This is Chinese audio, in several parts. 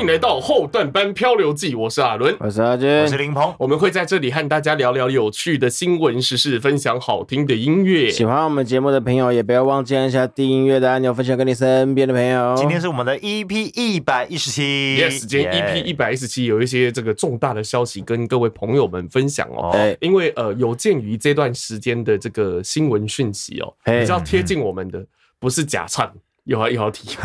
迎来到后段班漂流记，我是阿伦。我是阿军，我是林鹏，我们会在这里和大家聊聊有趣的新闻时事，分享好听的音乐。喜欢我们节目的朋友，也不要忘记按下订音乐的按钮，分享给你身边的朋友。今天是我们的 EP 一百一十七 Yes，今天 E EP 一百一十七有一些这个重大的消息跟各位朋友们分享哦。哎因为呃，有鉴于这段时间的这个新闻讯息哦，哎比较贴近我们的不是假唱，又要又要 提，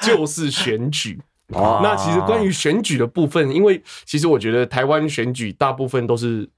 就是选举。哦那其实关于选举的部分，因为其实我觉得台湾选举大部分都是，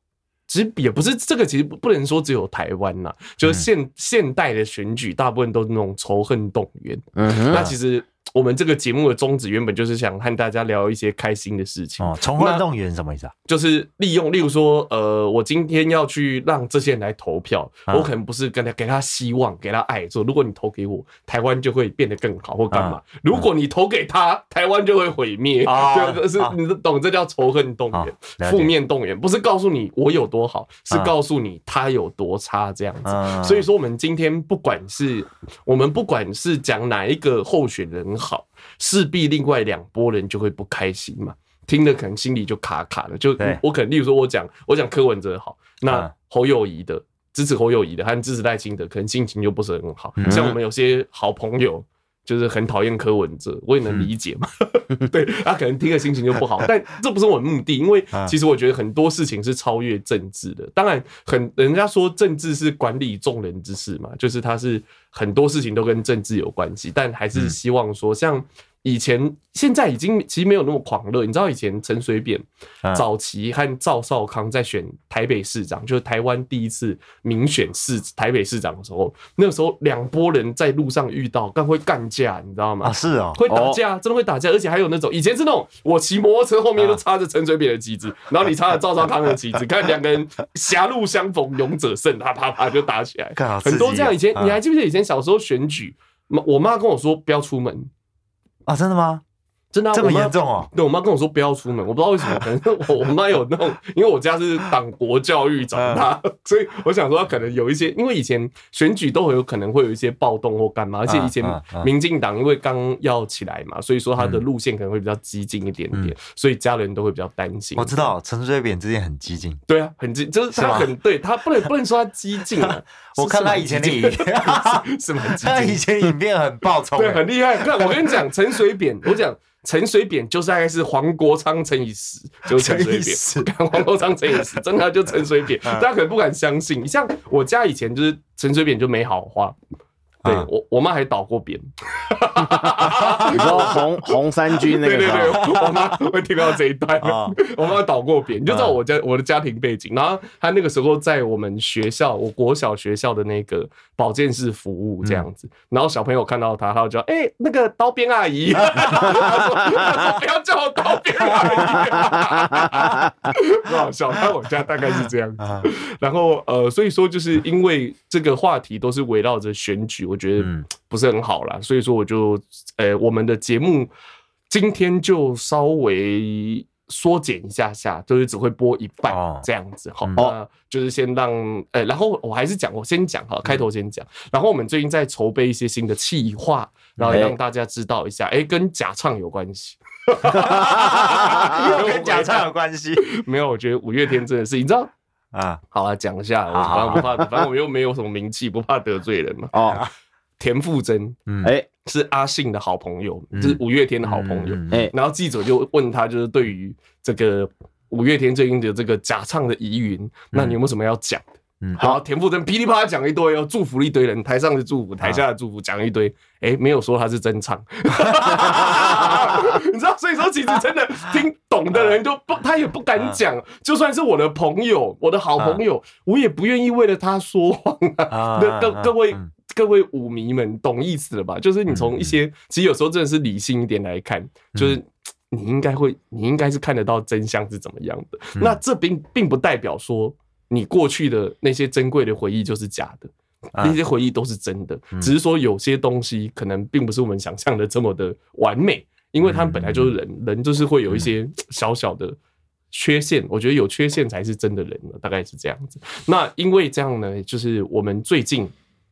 其实也不是这个，其实不不能说只有台湾啦，就是嗯现、现代的选举大部分都是那种仇恨动员。嗯那哼，其实我们这个节目的宗旨原本就是想和大家聊一些开心的事情，哦，重换动员什么意思啊？就是利用，例如说，呃，我今天要去让这些人来投票，嗯我可能不是跟他给他希望，给他爱，说如果你投给我，台湾就会变得更好或干嘛；如果你投给他，台湾就会毁灭。啊对，是啊你懂，这叫仇恨动啊员了解、负面动员，不是告诉你我有多好，是嗯告诉你他有多差这样子。嗯所以说，我们今天不管是我们不管是讲哪一个候选人好，势必另外两拨人就会不开心嘛。听了可能心里就卡卡的，就对我可能，例如说我讲我讲柯文哲好，那嗯侯友谊的支持侯友谊的和支持赖清德，可能心情就不是很好。嗯像我们有些好朋友就是很讨厌柯文哲，我也嗯能理解嘛。 对他可能听了心情就不好，但这不是我的目的，因为啊其实我觉得很多事情是超越政治的。当然，很人家说政治是管理众人之事嘛，就是它是很多事情都跟政治有关系，但还嗯是希望说，像以前现在已经其实没有那么狂热，你知道以前陈水扁啊早期和赵少康在选台北市长，就是台湾第一次民选市台北市长的时候，那时候两拨人在路上遇到，但会干架，你知道吗？啊，是哦，会打架，真的会打架，而且还有那种以前是那种我骑摩托车后面都插着陈水扁的旗子，然后你插着赵少康的旗子，看两个人狭路相逢勇者胜，啪啪啪就打起来干好，刺激很多这样。以前啊你还记不记得以前小时候选举，我妈跟我说不要出门，啊，真的吗？真的啊这么我妈严重哦？对我妈跟我说不要出门，我不知道为什么，可能是我我妈有那种，因为我家是党国教育长大，嗯 所以我想说她可能有一些，因为以前选举都会有可能会有一些暴动或干嘛，而且以前嗯嗯民进党因为刚要起来嘛，所以说他的路线可能会比较激进一点嗯点，所以家人都会比较担心我。知道陈水扁之前很激进，对啊，很激，就是哦是他吗，很对他不能不能说他激进啊 我看他以前 的影，是蛮激他进以的。前影片很爆冲，对，很厉害。看我跟你讲， 陈水扁，我讲陈水扁就是大概是黄国昌乘以十，就是陈水乘以十嗯扁。看黄国昌乘以十，真的啊就陈水扁，大家可能不敢相信。像我家以前就是陈水扁就没好话。对嗯我，我 妈还倒过 扁，你说红红三军那 对个对时对，候，嗯我妈会听到这一段啊， 我妈倒过扁，你就知道我家我的家庭背景。然后她那个时候在我们学校，我国小学校的那个保健室服务这样子，然后小朋友看到她，她就叫哎、那个刀边阿 姨，她说她说不要叫我刀边阿姨， 很好笑。但我家大概是这样子。啊，然后呃，所以说就是因为这个话题都是围绕着选举，我觉得嗯不是很好啦，所以说我就呃，我们的节目今天就稍微缩减一下下，就是只会播一半哦这样子，好，嗯那就是先让呃，然后我还是讲，我先讲嗯哈，开头先讲，然后我们最近在筹备一些新的企划，然后哎让大家知道一下，哎，跟假唱有关系。 아, 又跟假唱有关系没有，我觉得五月天真的是，你知道，啊，好啊，讲一下，我好好反正好不怕，反正我又没有什么名气，不怕得罪人嘛。哦，田馥甄嗯哎是阿信的好朋友，嗯就是五月天的好朋友。嗯哎，然后记者就问他，就是对于这个五月天最近的这个假唱的疑云，那你有没有什么要讲的？嗯然后田馥甄噼里啪啦讲一堆哦，祝福了一堆人，台上的祝福，台下的祝福，讲一啊堆，哎，没有说他是真 唱，你知道，所以说其实真的听懂的人就啊不，他也不敢讲，就算是我的朋友，我的好朋友，我也不愿意为了他说谎啊。啊那各各位嗯各位舞迷们懂意思了吧？就是你从一些，其实有时候真的是理性一点来看，就是。嗯你应该会，你应该是看得到真相是怎么样的。嗯那这并并不代表说你过去的那些珍贵的回忆就是假的，啊嗯那些回忆都是真的，只是说有些东西可能并不是我们想象的这么的完美，因为他们本来嗯就是人，人就是会有一些小小的缺陷。我觉得有缺陷才是真的人了，大概是这样子。那因为这样呢，就是我们最近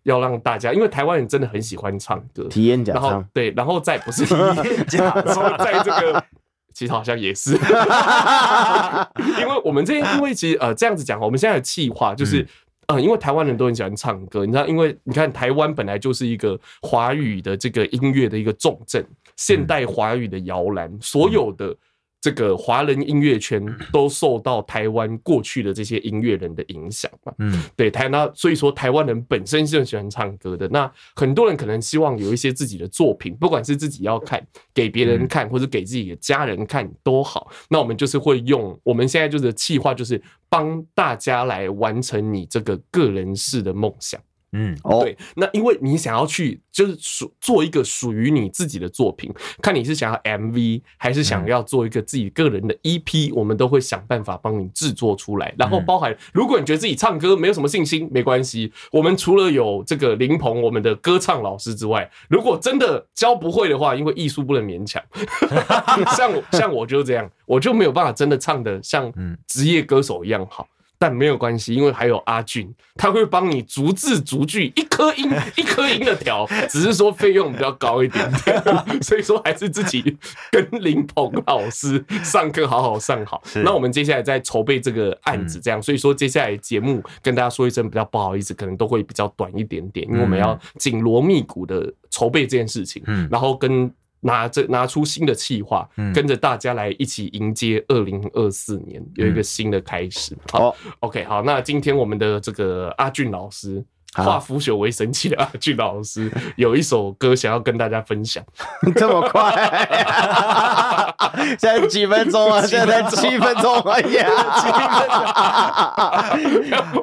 要让大家，因为台湾人真的很喜欢唱歌，体验假然后唱，对，然后再不是然后在这个。 其实好像也 是，因为我们这因为其实呃这样子讲，我们现在的计划就是，呃，因为台湾人都很喜欢唱歌，你知道，因为你看台湾本来就是一个华语的这个音乐的一个重镇，现代华语的摇篮，所有的这个华人音乐圈都受到台湾过去的这些音乐人的影响嘛。嗯，对台那所以说台湾人本身是很喜欢唱歌的。那很多人可能希望有一些自己的作品，不管是自己要看、给别人看，或者给自己的家人看都好。那我们就是会用我们现在就是计划，就是帮大家来完成你这个个人式的梦想。嗯，哦，对，那因为你想要去就是属做一个属于你自己的作品，看你是想要 MV 还是想要做一个自己个人的 EP，、我们都会想办法帮你制作出来。然后包含，如果你觉得自己唱歌没有什么信心，没关系，我们除了有这个林鹏我们的歌唱老师之外，如果真的教不会的话，因为艺术不能勉强， 像我像我就是这样，我就没有办法真的唱的像嗯职业歌手一样好。但没有关系，因为还有阿俊，他会帮你逐字逐句，一颗音一颗音的调，只是说费用比较高一点 点，所以说还是自己跟林鹏老师上课好好上好。是嗯那我们接下来在筹备这个案子，这样，所以说接下来节目跟大家说一声比较不好意思，可能都会比较短一点嗯点，因为我们要紧锣密鼓的筹备这件事情，嗯然后跟。拿着拿出新的计划，嗯跟着大家来一起迎接二零二四年，有嗯一个新的开始。好，哦， OK，好，那今天我们的这个阿俊老师，好化腐朽为神奇的阿俊老 师，有一首歌想要跟大家分享。 这么快？ 现在几分钟啊？现在才七分钟而已啊！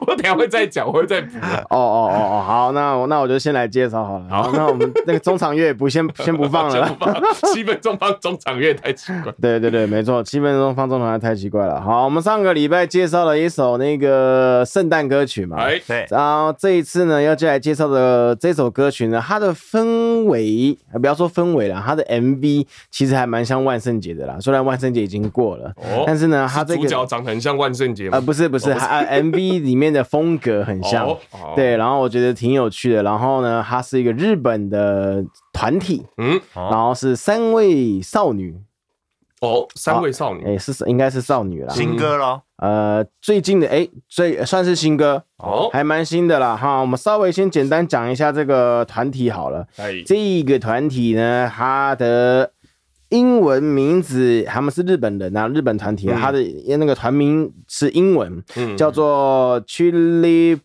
我等一下会再讲，我会再补啊。哦哦哦哦，好，那我那我就先来介绍好了。好那我们那个中场乐也不先先不放了先啦不。 放七分钟放中场乐太奇怪。对对对，没错，七分钟放纵好像太奇怪了。好，我们上个礼拜介绍了一首那个圣诞歌曲嘛，哎，对，然后这一次呢，要再来介绍的这首歌曲呢，它的氛围，呃不要说氛围了，它的 MV 其实还蛮像万圣节的啦。虽然万圣节已经过了，哦但是呢，它这主角个长得很像万圣节呃吗？不是不是，它呃 MV 里面的风格很呃像。哦，哦，对，然后我觉得挺有趣的。然后呢，它是一个日本的团体，嗯，哦然后是三位少女，哦，三位少女，哎，是应该是少女啦。新歌咯，呃，最近的哎，最算是新歌，哦，还蛮新的啦哈。我们稍微先简单讲一下这个团体好了。哎，这个团体呢，它的英文名字，他们是日本人啊，日本团体啊、嗯它的那个团名是英文，嗯叫做 Chili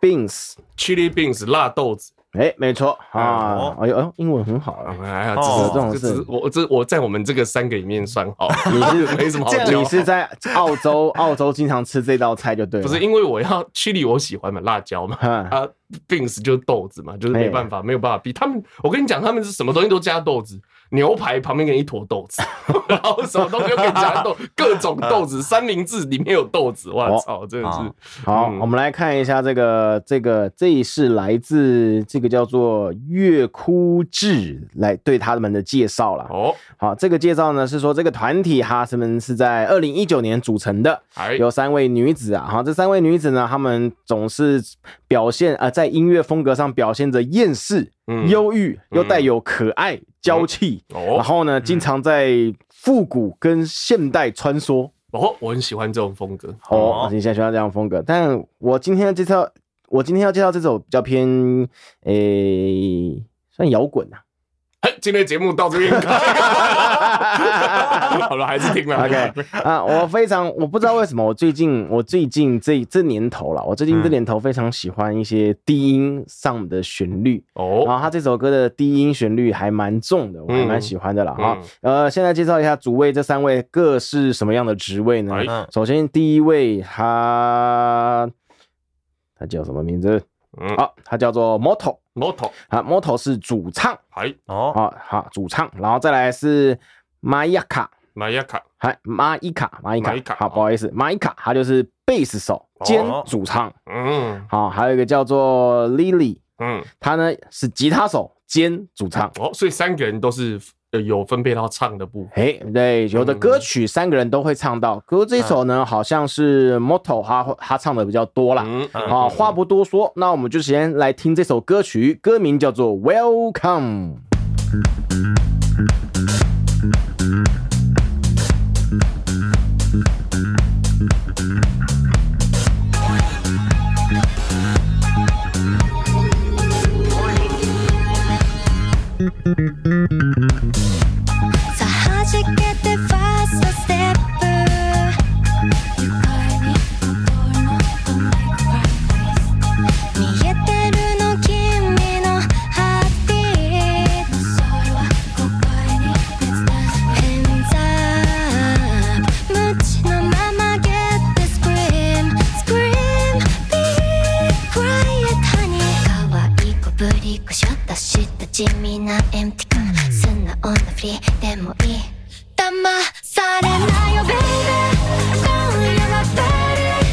Beans。 Chili Beans 辣豆子。哎，没错啊哦，哎呦哎呦，英文很好啊。哎呀，哦这这种是事这是我这我在我们这个三个里面算好， 你 是没什么好这教。你是在澳洲， 澳洲经常吃这道菜就对了。不是因为我要 Chili 我喜欢嘛，辣椒嘛。哈，啊，beans 就是豆子嘛，就是没办哎法，没有办法比他们。我跟你讲，他们是什么东西都加豆子，牛排旁边给你一坨豆子， 然后什么东西都给你加豆，各种豆子，三明治里面有豆子，我哦操，真的是哦好，嗯我们来看一下这个这个这一是来自这个叫做月枯志来对他们的介绍啦。哦，好，这个介绍呢是说这个团体哈，他们是在二零一九年组成的，哎，有三位女子啊，哈，这三位女子呢，她们总是表现啊、呃在音乐风格上表现着厌世、嗯忧郁，又带有可爱、娇气，然哦后呢，经常在复古跟现代穿梭。哦，我很喜欢这种风格，哦哦，你现在喜欢这样的风格，但我今天要介绍，我今天要介绍这首比较偏诶、算摇滚啊。 嘿，今天的节目到这边， 好了，还是听了 OK 啊，我非常，我不知道为什么，我最近我最近这这年头了，我最近这嗯年头非常喜欢一些低音上的旋律，然哦，嗯后他这首歌的低音旋律还蛮重的，我还蛮喜欢的啦哈。呃，现在介绍一下主位这三位各是什么样的职位呢哎？嗯首先第一位他他叫什么名字？嗯，啊，他叫做 Moto 摩托，啊，Moto 是主唱哎，哦，啊，好主唱，然后再来是 Mayaka。玛雅卡，还哎马伊卡，马伊卡，马伊卡好，哦不好意思，马伊卡，他就是贝斯手兼主唱，嗯好、还有一个叫做 Lily，嗯，他呢是吉他手兼主唱，哦，所以三个人都是呃有分配到唱的部分。哎，对，有嗯的歌曲三个人都会唱到，可是这首呢，好像是 Moto 他他唱的比较多啦。嗯，嗯好，话不多说，那我们就先来听这首歌曲，歌名叫做《Welcome》。さあ弾けてファーストステップ愉快に踊るのとマイクラフェイス見えてるの君のハッピーのそれは誤解に熱出して Hands up 無知のまま get the scream scream be quiet honey 可愛い子ぶりくしょっとした地味なエンティ感素直なフリーでもいい騙されないよ baby 今夜は party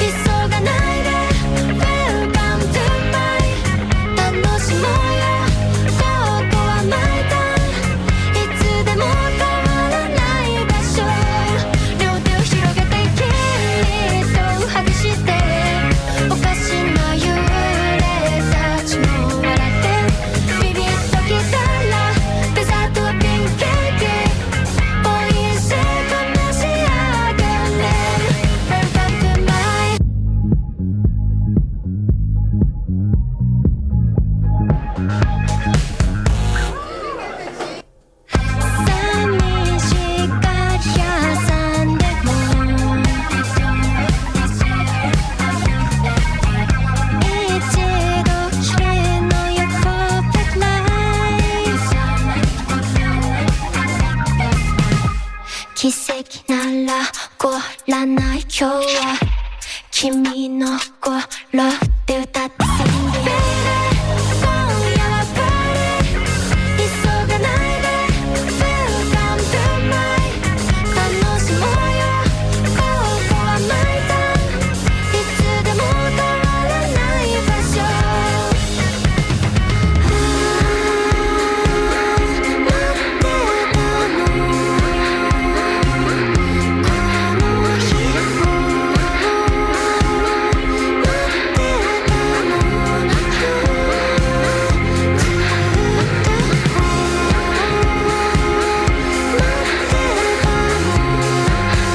急がないで Welcome to party 楽しもうよここは my time いつでも変わらない場所両手を広げて君とハグしておかしな幽霊たちも笑ってビビッときたらデザートはピンクケーキ美味しく召し上がれ Welcome to my 寂しがり屋さんでも一度きりの横ペッライ奇跡なら起こらない今日は君の心で歌って叫んで Baby 今夜はパリ急がないで Welcome to my 楽しもうよここは my time いつでも変わらない場所ああ待ってたのこの日を待ってたの騙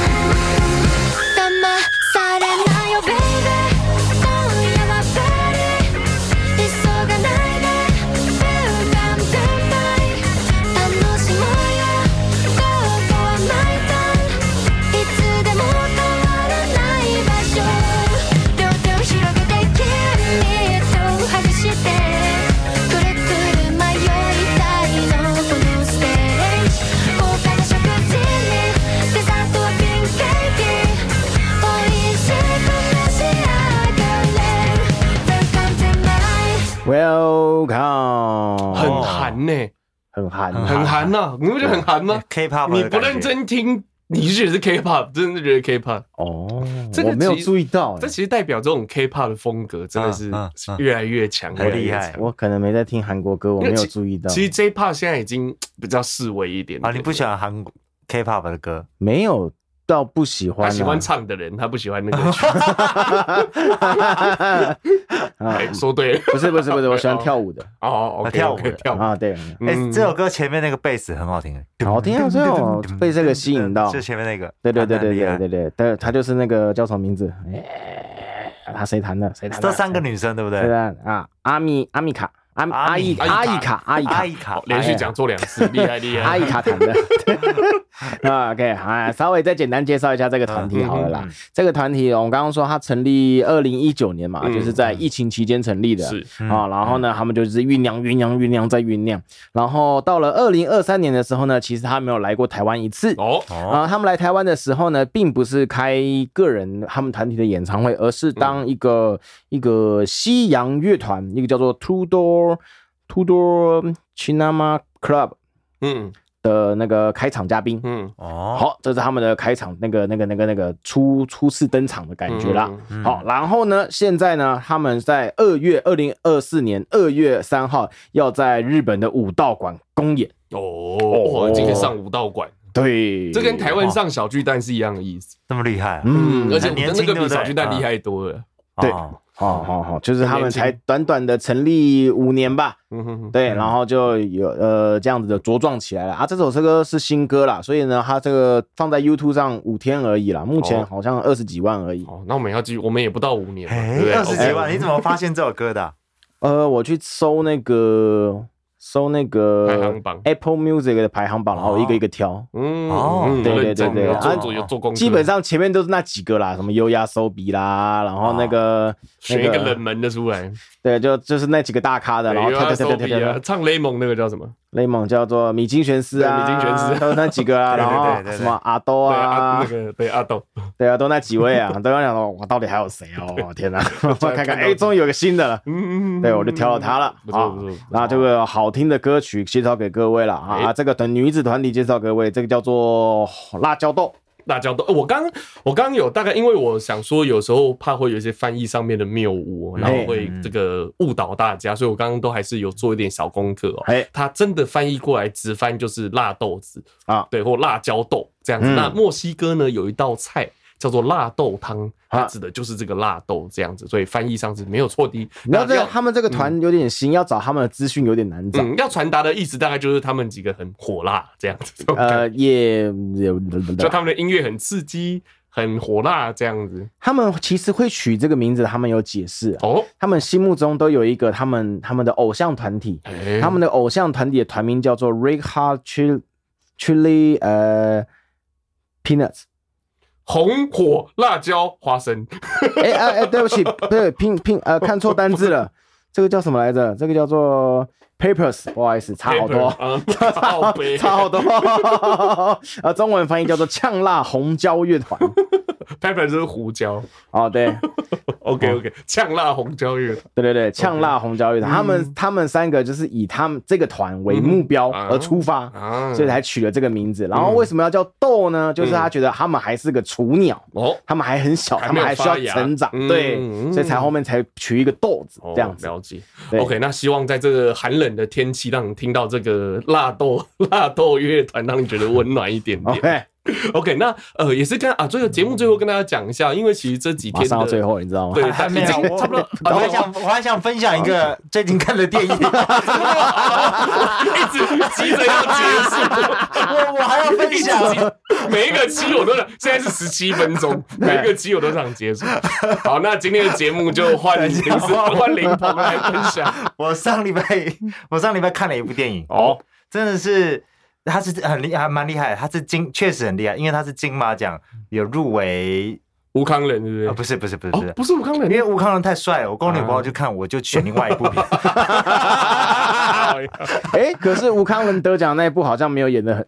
されないよ baby 今夜はパリ急がないで Welcome to my 楽しもうよここは my time いつでも変わらない場所両手を広げて君とハグしてくるくる迷いたいのこのステージ豪華な食事にデザートはピンクケーキ「おいしく召し上がれ」「Welcome to Welcome，嗯 my 很韩呢、很韩，哦很韩 呐、你不觉得很韩吗？ K-pop 你的不感觉认真听，你就觉得是 K-pop，真的觉得 K-pop。哦，这个我没有其实注意到、这欸，其实代表这种 K-pop 的风格真的是嗯嗯嗯越来越强，很越来越厉害强我可能没在听韩国歌，我没因为有其注意到，其实 J-pop 现在已经比较示威一点啊！点你不喜欢韩国 K-pop 的歌？没有到不喜他欢、啊，喜欢唱的人，他不喜欢那 个曲。 啊，哎说对了，不是不是不是，我喜欢跳舞的哦，OK，跳舞 OK，的跳舞。啊，对，哎，嗯这首歌前面那个贝斯很好听，好听啊所以我被这个吸引到就前面那个，对对对对很厉害对对对，但他就是那个叫什么名字？哎他谁弹的？谁弹的？这三个女生对不对对？吧？啊，阿米阿米卡，阿阿阿米伊阿伊卡阿伊卡阿依卡好，连续讲错两哎次，厉害厉阿害伊。卡 弹的。啊 OK，啊，稍微再简单介绍一下这个团体好了嗯啦。这个团体我们刚刚说它成立二零一九年嘛，嗯就是在疫情期间成立的。是，嗯啊、然后呢，他们就是酝酿、酝酿、酝酿再酝酿，然后到了二零二三年的时候呢，其实他没有来过台湾一次。哦，哦，啊，他们来台湾的时候呢，并不是开个人他们团体的演唱会，而嗯是当一个、一个西洋乐团，一个叫做 Tudor Tudor Chinama Club 嗯的那个开场嘉宾。嗯，哦，好，这是他们的开场，那个、那个、那个、那个初初次登场的感觉啦。嗯嗯好，然后呢，现在呢，他们在二月二零二四年二月三号要在日本的武道馆公演。哦，哇，这个上武道馆，对，这跟台湾上小巨蛋是一样的意思。这么厉害啊，嗯，嗯，而且我觉很年得那轻个对比不对小巨蛋厉害多了。对哦好好好，就是他很年们轻才短短的成立五年吧，嗯哼哼，对，然后就有呃这样子的茁壮起来了啊。这首这歌是新歌啦，所以呢，它这个放在 YouTube 上五天而已啦，目前哦好像二十几万而已。哦，那我们要继续，我们也不到五年嘛，对不哦对？哎，二十几 OK 万，你怎么发现这首歌的啊？呃，我去搜那个搜那哦排个行榜 Apple Music 的排行榜，然后一个一个挑，嗯，哦嗯对对认真对对有做啊做有做功课，基本上前面都是那几个啦，什么优雅手笔啦，然哦后那个那选一个冷门的出来。对，就就是那几个大咖的，然后有啊跳跳跳跳，Sophie 跳啊，跳，唱雷蒙那个叫什么？雷蒙叫做米津玄师啊，对米津玄师都那 几个啊，对然对对后对对什么阿兜对啊，啊那，个对阿斗，对啊，都那几位啊，都要想说，我到底还有谁哦？我 天哪，我看看，看到哎，终于有个新 的了。嗯，对，我就挑了他了不啊错不错，不那错这个好听的歌曲介绍给各位了啊，哎啊这个等女子团体介绍各位，这个叫做辣椒豆。辣椒豆。呃我刚我刚有大概，因为我想说，有时候怕会有一些翻译上面的谬误，嗯然后会这个误导大家，所以我刚刚都还是有做一点小功课哦。哎它真的翻译过来直翻就是辣豆子啊对，或辣椒豆这样子。嗯那墨西哥呢有一道菜。叫做辣豆汤，它啊指的就是这个辣豆这样子，所以翻译上是没有错的。然后这那个他们这个团有点新，要找他们的资讯有点难找。嗯，要传达的意思大概就是他们几个很火辣这样子，这种感觉呃，也也就他们的音乐很刺激、很火辣这样子。他们其实会取这个名字，他们有解释啊。哦，他们心目中都有一个他们他们的偶像团体，哎他们的偶像团体的团名叫做 Red Hot Chili Chili 呃 Peanuts。红火辣椒花生，哎哎哎，对 不起，不是拼拼呃，看错单字了。这个叫什么来着？这个叫做 papers，不好意思，差好 Paper，多，啊 差靠北差好多。 啊，中文翻译叫做呛辣红椒乐团。 ，pepper 就是胡椒。哦，对哦 OK OK，呛辣红椒乐团对对对，呛辣红椒乐团，他们他们三个就是以他们这个团为目标嗯而出发，啊，嗯所以才取了这个名字。然后为什么要叫豆呢？就是他觉得他们还是个雏鸟。哦他们还很小，嗯还他没们有还需要发芽成长，嗯对，嗯所以才后面才取一个豆子哦这样子。了解。对 OK，那希望在这个寒冷的天气，让你听到这个辣豆 辣豆乐团，让你觉得温暖一点点。 OK， OK，那呃也是跟啊，最后节目最后跟大家讲一下，因为其实这几马天上的到最后了，你知道吗？ 对，还但没已有，经我差不多，我啊还想我还想分享一个最近看的 电影，啊一直急着要结束。我我还要分享。 每一个期我都想，现在是十七分 钟，每一个期我都想结束。好，那今天的节目就换林 子换林鹏来分享。我上礼拜我上礼拜看了一部电影，哦，真的是他是很厉还蛮厉害的，他是金确实很厉害，因为他是金马奖有入围吴康仁对啊，不对？不是不是不是不哦是，，不是吴康因为仁。吴康仁太帅了，我跟我女朋友去看，我就选另外一部片，嗯哎，可是吴康仁得奖那一部好像没有演的很，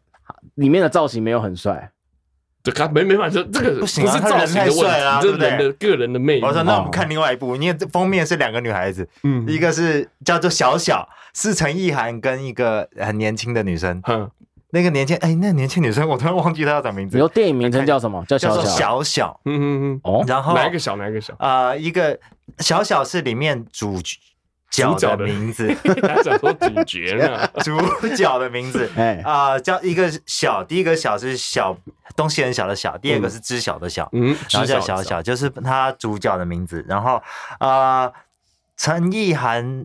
里面的造型没有很帅。 对，看没没法，这这个不行啊是造型的他人太帅问啦题，这对不对人的个人的魅力。 我说那我们看另外一部，因为这封面是两个女孩子，哦嗯一个是叫做小小，是陈意涵跟一个很年轻的女生，哼，那个年轻哎，那个年轻女生我突然忘记她叫什么名你字说，电影名称叫什么？叫叫小做小小小，嗯嗯哦，然嗯，后哪一个小哪一个小？ 呃，一个小小是里面主角主角的的名字， 他想说主角呢？啊主角的名 字。哎啊、叫一个小，第一个小是小东西很小的小，第二个是知晓的晓，嗯，然后知叫小晓，小，就是他主角的名字。然后啊，呃陈意涵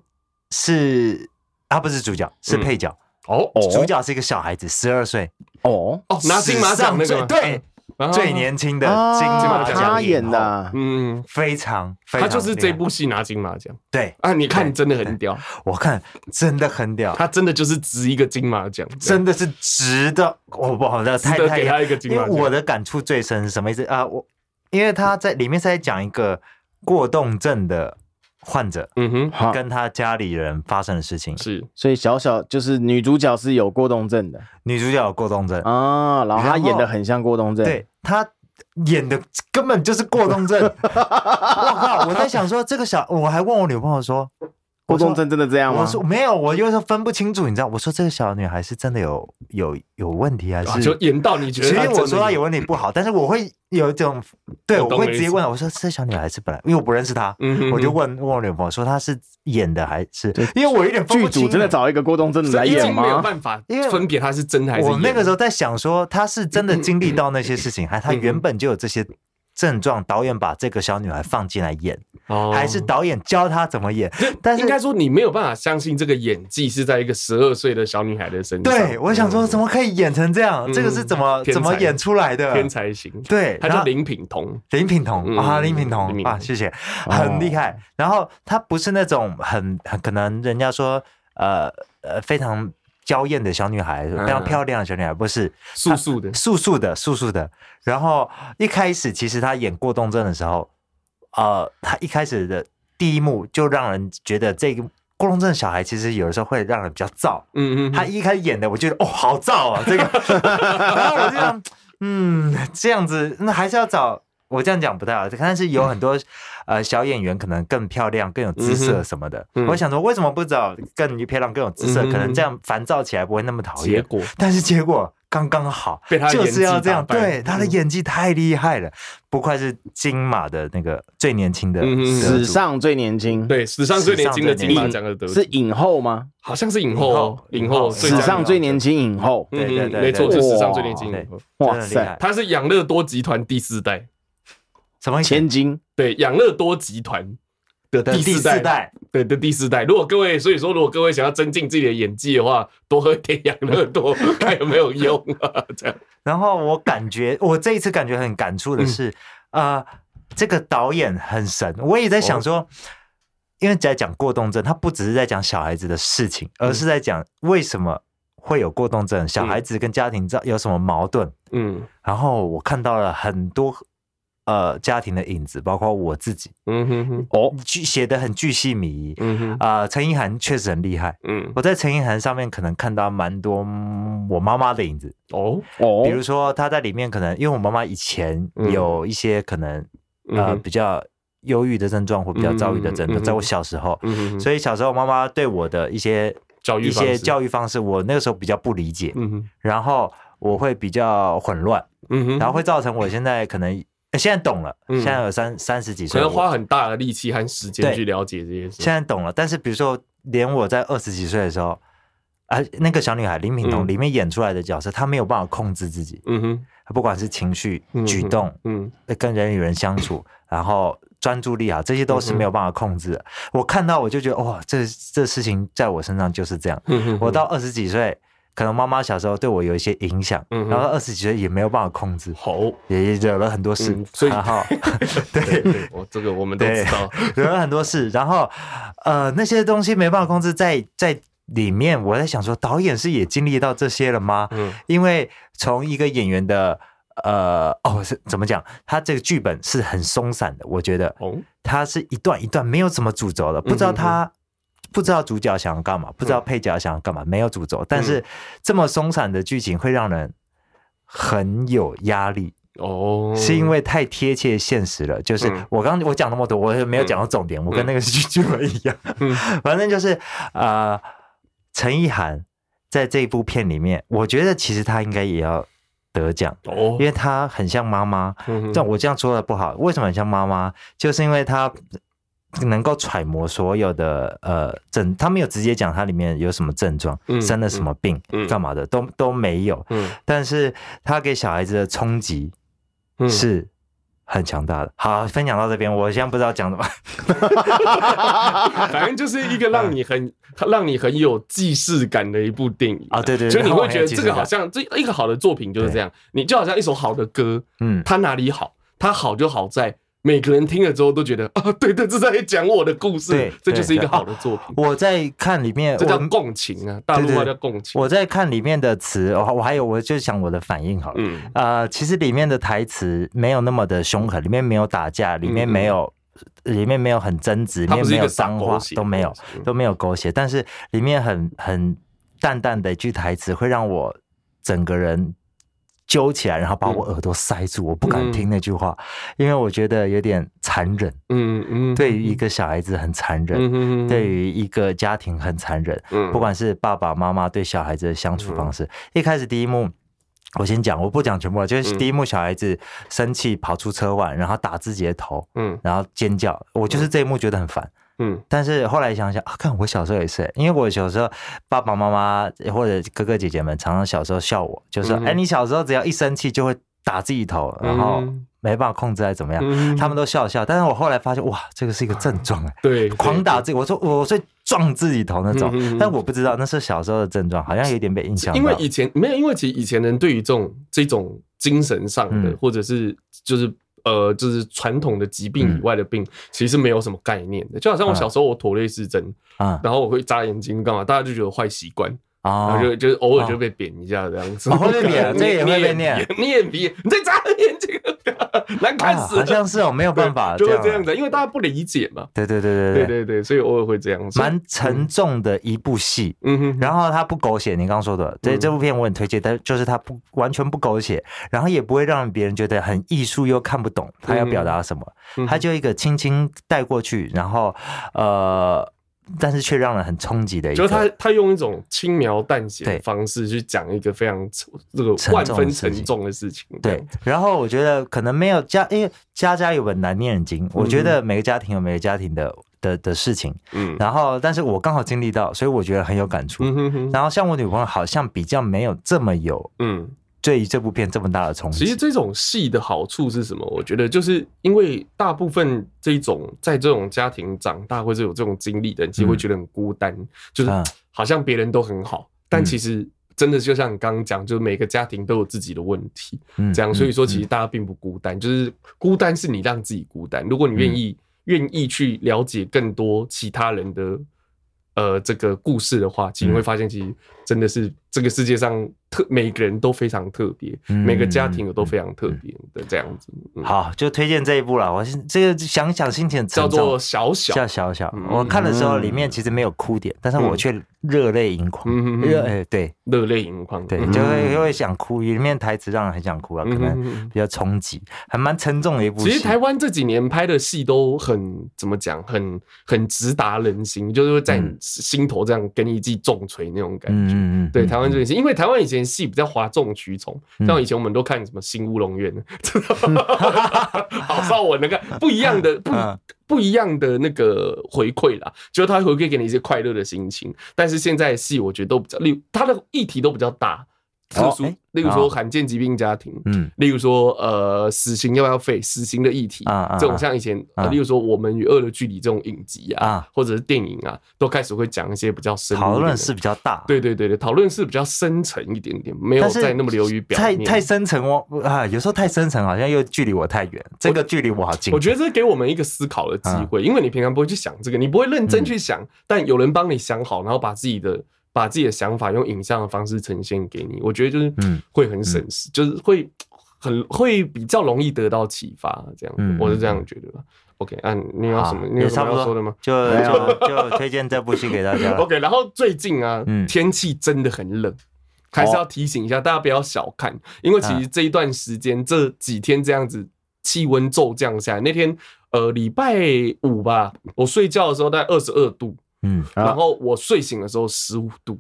是他不是主角，是配角，哦主角是一个小孩子，十二岁，哦哦，拿金马奖那史个嗯上最对啊最年轻的啊金马奖影后，他演的啊，嗯，非常非他常，就是这，部戏拿金马奖对啊！你看，真的很屌，我看真的很屌，他真的就是值一个金马奖，真的是值得，我不好的，值太得太给他一个金因马为奖。我的感触最深是什么意思啊？我因为他在里面是在讲一个过动症的患者嗯哼，好，跟他家里人发生的事情。是所以小小就是女主角是有过动症的女主角有过动症，啊，然后她然后演的很像过动症，对她演的 根本就是过动症。我靠！我在想说这个小，我还问我女朋友说，郭宗真真的这样吗我？说没有，我就是分不清楚，你知道？我说这个小女孩是真的有有有问题还啊是？就演到你觉得其她实真的，我说她有问题不好，但是我会有一种对，我我懂会你直意接思问我说这小女孩是本来因为我不认识她，嗯哼哼我就问问我女朋友说她是演的还是？因为我有点分剧不清啊组真的了找一个郭宗真的来已演经没有吗？办法因为分别他是真的还嗯是我那个时候候在想说，她是真的经历到那些事情，还她原本就有这些症状，导演把这个小女孩放进来演，还是导演教她怎么演？但哦是应该说你没有办法相信这个演技是在一个十二岁的小女孩的身上。对，我想说怎么么可以演成这样？嗯这个是怎么天才怎么演出来嗯的？天才型？对，他然叫后林品彤，林品彤嗯啊，林品林彤品彤哦啊，谢谢，很厉害。然后她不是那种很很可能人家说呃呃非常娇艳的小女孩，非嗯常漂亮的小女孩，不是素素的，素素的素素的。然后一开始其实她演过动症的时候，呃，她一开始的第一幕就让人觉得这个过动症小孩其实有的时候会让人比较燥。嗯嗯，他一开始演的，我觉得哦，好燥啊，这个，然后我就想，嗯，这样子，那还是要找。我这样讲不太好，但是有很多呃小演员可能更漂亮、更有姿色什么的。嗯哼嗯我想说，为什么不找更漂亮、更有姿色？嗯哼可能这样烦躁起来不会那么讨结厌。果但是结果刚刚好，被他的就演技是要这样，打败嗯对他的演技太厉害了，不愧是金马的那个最年轻的嗯哼得主史上最年轻，，对史上最年轻的金马奖的得主是影后吗？好像是影后，影后影后对最史佳上最年轻影后，嗯对对对没错，对是对史上最年轻影后。真的哇厉塞害，他是养乐多集团第四代，什么千金，对，养乐多集团的的第第四四代，代，对的第四代。如果各位，所以说如果各位想要增进自己的演技的话，多喝一点养乐 多，看有没有用啊？这样，然后我感觉，我这一次感觉很感触的是，呃，这个导演很神。我也在想说，因为在讲过动症，他不只是在讲小孩子的事情，而是在讲为什么会有过动症，小孩子跟家庭这有什么矛盾。嗯然后我看到了很多呃家庭的影子，包括我自己，嗯哼哼，哦，具写的很巨细靡遗。嗯哼，啊、陈意涵确实很厉害。嗯我在陈意涵上面可能看到蛮多嗯我妈妈的影子，哦，哦，比如说她在里面可能，因为我妈妈以前嗯有一些可能、嗯呃哼比较忧郁的症状或比较躁郁的症嗯嗯状，嗯嗯在我小时候，嗯哼哼，所以小时候妈妈对我的一些教育一些育，教育方式，我那个时候比较不理解，嗯哼，然后我会比较混乱，嗯哼，然后会造成我现在可能呃现在懂了，嗯现在有三三十几可岁，能花我很大的力气和时间对去了解这些事。现在懂了，但是比如说连我在二十几岁的时候。啊，那个小女孩林品彤嗯里面演出来的角色，她没有办法控制自己，嗯哼，不管是情绪嗯、举嗯动，嗯跟人与人相处，然后专注力啊，这些都嗯是没有办法控制的。我看到我就觉得，哇，这这事情在我身上就是这样。嗯哼，我到二十几岁，可能妈妈小时候对我有一些影响，嗯哼然后二十几岁也没有办法控制，好，也惹了很多事，嗯所以然 后对对，对我这个我们都对知道，惹了很多事，然后呃那些东西没办法控制，在在里面，我在想说，导演是也经历到这些了吗？嗯因为从一个演员的呃哦是怎么讲，他这个剧本是很松散的，我觉得哦，它是一段一段没有什么主轴的，不嗯知道他、不知道主角想要干嘛，不知道配角想要干嘛，没有主嗯轴，但是这么松散的剧情会让人很有压力，哦， 是因为太贴切现实了。就是嗯我刚我讲那么多，我也没有讲到重点，我跟那个剧剧本一样， 嗯反正就是呃，陈意涵在这一部片里面，我觉得其实他应该也要得奖，哦因，为他很像妈妈，嗯但哼我这样说的不好，为什么很像妈妈？就是因为她能够揣摩所有的呃症，她没有直接讲她里面有什么症状，嗯生了什么病，嗯干嘛的都都没有，嗯但是她给小孩子的冲击嗯是很强大的。好，分享到这边，我现在不知道讲什么， 反正就是一个让你很、 让你很有既视感的一部电影啊对对对就你会觉让我很有得既这视个感好像这一个好的作品就是这样，你就好像一首好的歌，嗯，它哪里好，它好就好在每个人听了之后都觉得啊， 对对，这在讲我的故对事，这就是一个好的作品，我在看里面，这叫我共情啊，大陆话叫共情，我在看里面的词，我我还有我就想我的反应好了，嗯呃，其实里面的台词没有那么的凶狠，里面没有打架，里面没有，里面没有很争执，里它不面是没一有个脏撒话狗血的东西，都没有，嗯都没有狗血，但是里面很很淡淡的一句台词，会让我整个人揪起来，然后把我耳朵塞住，我不敢听那句话，因为我觉得有点残忍，嗯嗯，对于一个小孩子很残忍，嗯对，于一个家庭很残忍。嗯不管是爸爸妈妈对小孩子的相处方式，一开始第一幕。我先讲，我不讲全部了，就是嗯第一幕小孩子生气跑出车外，然后打自己的头，嗯然后尖叫。我就是这一幕觉得很烦，嗯但是后来想想啊，看我小时候也是，因为我小时候爸爸妈妈或者哥哥姐姐们常常小时候笑我，就说：“嗯哎、你小时候只要一生气就会打自己头，然后嗯没办法控制，还怎么样？”嗯他们都笑笑，但是我后来发现，哇，这个是一个症状哎、对狂打自己，我说我是撞自己头那种，嗯嗯嗯但我不知道那是小时候的症状，好像有点被影响到。因为以前没有，因为其实以前人对于这种这种精神上的，嗯或者是就是呃，就是传统的疾嗯病以外的病，其实是没有什么概念的。就好像我小时候我妥瑞氏症，啊然后我会眨眼睛干嘛，大家就觉得我坏习惯，然啊后就就是偶尔就被扁一下这样子。哦会被 扁你这也会被你念眼皮你眼皮，你再眨眼睛，难啊，看死了。好像是哦，没有办法，对就会这这样样啊。子，因为大家不理解嘛。对对对对对对对，对，所以偶尔会这样。所以蛮沉重的一部戏。嗯哼，然后它不狗血，你刚刚说的，对嗯这部片我很推荐，但就是它不完全不狗血，然后也不会让别人觉得很艺术又看不懂他要表达什么，嗯他就一个轻轻带过去，然后呃，但是却让人很冲击的一个，就是他他用一种轻描淡写对的方式去讲一个非常这个沉重的万分事情沉重的事情。对，然后我觉得可能没有家，因为家家有本难念的经。我觉得每个家庭有每个家庭的的的事情，嗯然后但是我刚好经历到，所以我觉得很有感触。嗯哼哼，然后像我女朋友好像比较没有这么有嗯，对于这部片这么大的冲其实击。这种戏的好处是什么？我觉得就是因为大部分这种在这种家庭长大或者有这种经历的人，其实会觉得很孤单，就是嗯好像别人都很好，但嗯其实真的就像你刚刚讲，就是每个家庭都有自己的问题。嗯这样，所以说其实实大家并不孤单，就是孤单是你让自己孤单。如果你嗯愿意愿意去了解更多其他人的呃这个故事的话，其嗯实你会发现，其实真的是这个世界上特每个人都非常特别，嗯每个家庭也都非常特别的这样子。嗯，好，就推荐这一部了。我是这个想想心情很叫沉做重。小小叫小小，嗯我看的时候里面其实没有哭点，但是我却热泪嗯盈嗯眶，嗯热哎对热泪盈眶，对，嗯就会就会想哭，里面台词让人很想哭了，啊可嗯能嗯嗯嗯比较冲击，还蛮沉重的一部戏。其实台湾这几年拍的戏都很怎么讲，很很直达人心，就是会在你嗯心头这样给你一记重锤那种感觉。嗯嗯嗯，对嗯台湾这边戏，因为台湾以前戏比较哗众取宠，嗯像以前我们都看什么《新乌龙院》， 郝邵文那个不一样 的不嗯不一样的那个回馈啦，就是他回馈给你一些快乐的心情。但是现在的戏我觉得都比较，例如它的议题都比较大，特哦殊哎，例如说哦罕见疾病家庭，嗯例如说呃死刑要不要废，死刑的议题啊啊啊这种像以前呃啊例如说《我们与恶的距离》这种影集啊啊，或者是电影啊，都开始会讲一些比较深入一点讨的论是比较大，，对对对对，讨论是比较深层一点点，没有但是再那么流于表太面。太深层我啊，有时候太深层好像又距离我太远，这个距离我好近。我觉得这给我们一个思考的机嗯会，因为你平常不会去想这个，你不会认真去想，但有人帮你想好，然后把自己的把自己的想法用影像的方式呈现给你，我觉得就是嗯会很省事，就是会很会比较容易得到启发，这样、嗯我是这样觉得吧。OK，啊，你有好什么你有也什差么不要多说的吗？就没有就就推荐这部戏给大家 了。OK，然后最近啊，嗯天气真的很冷，还是要提醒一下大家不要小看，因为其啊实这一段时间、这几天这样子气温骤降下来，那天呃礼拜五吧，我睡觉的时候大概二十二度，嗯，啊然后我睡醒的时候十五度，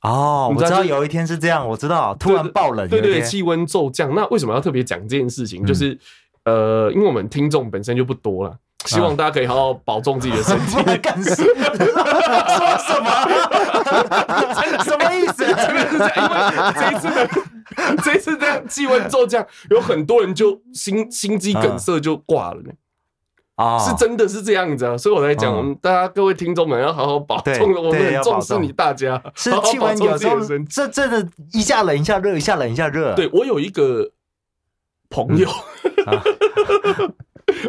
哦，你我知知道道就有一天是这样，我知道突然爆冷，对有一嗯对，天气温骤降。那为什么要特别讲这件事情？就是呃，因为我们听众本身就不多了。希啊望大家可以好好保重自己的身体。干事说什么？什么意 思？这个是这样，因为这一次的 这一次这样气温骤降，有很多人就心心肌梗塞就挂了呢、哦是真的是这样子啊，所以我在讲，嗯我们大家各位听众们要好好保对重了，我们对很要重保视重你大家，是好好气保温重有自时己候的身体。这真的，一下冷一下热，一下冷一下热。对我有一个朋友，啊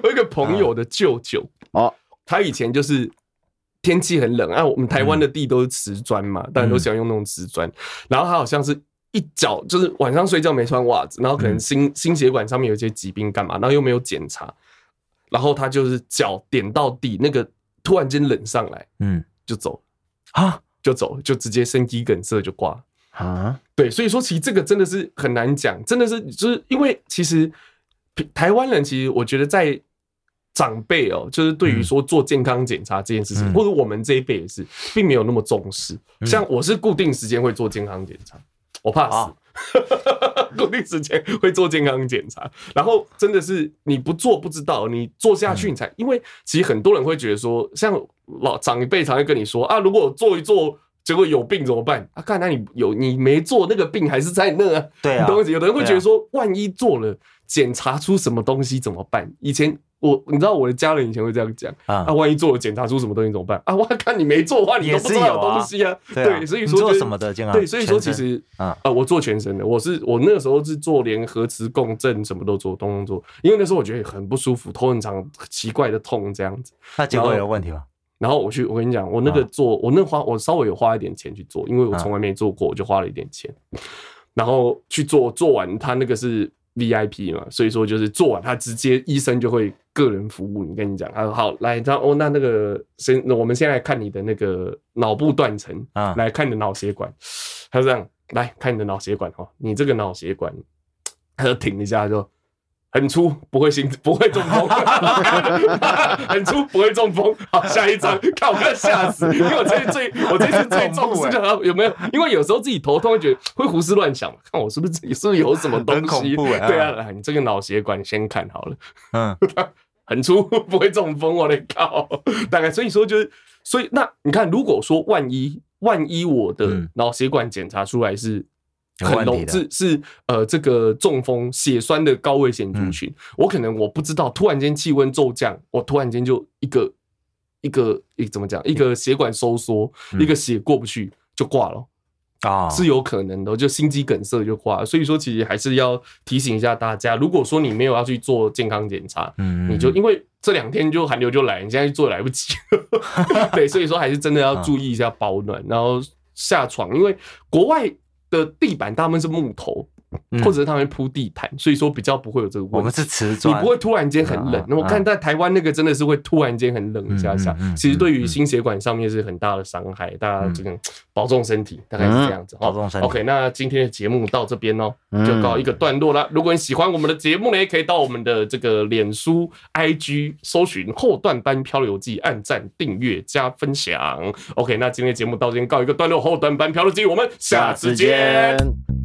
我有一个朋友的舅舅，哦，他以前就是天气很冷啊，我们台湾的地都是瓷砖嘛，大家都喜欢用那种瓷砖。然后他好像是一脚就是晚上睡觉没穿袜子，然后可能心、心血管上面有一些疾病干嘛，然后又没有检查，然后他就是脚点到地，那个突然间冷上来嗯就走，啊就走，就直接身体梗塞就挂了。啊，对，所以说其实这个真的是很难讲，真的是就是因为其实台湾人其实我觉得在长辈哦，就是对于说做健康检查这件事情，嗯或者我们这一辈也是，并没有那么重视。像我是固定时间会做健康检查，我怕死哦。 固定时间会做健康检查，然后真的是你不做不知道，你做下去你嗯才，因为其实很多人会觉得说，像老长辈常会跟你说啊，如果我做一做，结果有病怎么办？啊，看那你有你没做，那个病还是在那啊。对啊你懂我意思？有的人会对啊觉得说，万一做了检查出什么东西怎么办？以前我你知道我的家人以前会这样讲啊啊，万一做了检查出什么东西怎么办？啊，我看你没做的话，你都不知道有东西啊。 对啊对，所以你说做就是什么的健康对，所以说其全身实啊啊、我做全身的，我是我那个时候是做连核磁共振什么都做，通通做，因为那时候我觉得很不舒服，头很长，奇怪的痛这样子。那结果有问题吗？然后我去，我跟你讲，我那个啊做，我那花，我稍微有花一点钱去做，因为我从来没做过，我就花了一点钱，然后去做，做完他那个是 VIP 嘛，所以说就是做完他直接医生就会个人服务你，跟你讲，他说好来，他哦，那那个先，那我们先来看你的那个脑部断层啊来看你的脑血管，他就这样来看你的脑血管哦，你这个脑血管，他就停一下就。很粗，不会心不会中风， 很粗不会中风。好，下一张，看我快吓死，因为我这次最我这次最重欸视的有没有？因为有时候自己头痛，会觉得会胡思乱想嘛，看我是不是自己是不是有什么东很恐西？怖欸对啊，来你这个脑血管先看好了，嗯，很粗， 不会中风，我的靠！大概所以说就是，所以那你看，如果说万一万一我的嗯脑血管检查出来是有很问题浓的是是呃这个中风血栓的高危险嗯族群，我可能我不知道，突然间气温骤降，我突然间就一个一个一怎么讲，一个血管收缩，嗯一个血过不去就挂了。哦，是有可能的，就心肌梗塞就挂了。所以说，其实还是要提醒一下大家，如果说你没有要去做健康检查，嗯你就因为这两天就寒流就来，你现在去做也来不及。 对，所以说还是真的嗯要注意一下保暖，然后下床，因为国外的地板大部分是木头，嗯或者是他们铺地毯，所以说比较不会有这个问题。我们是瓷你砖，不会突然间很啊冷。那我看在台湾那个真的是会突然间很冷一下下嗯嗯嗯，其实对嗯于嗯心血管上面是很大的伤害。大家这个保重身体，大概是这样子。嗯哦保重身体 OK，那今天的节目到这边哦，嗯就告一个段落啦。如果你喜欢我们的节目呢，也可以到我们的这个脸书、IG 搜寻“后段班漂流记”，按赞、订阅、加分享。OK，那今天的节目到这边告一个段落，“后段班漂流记”，我们下次见。见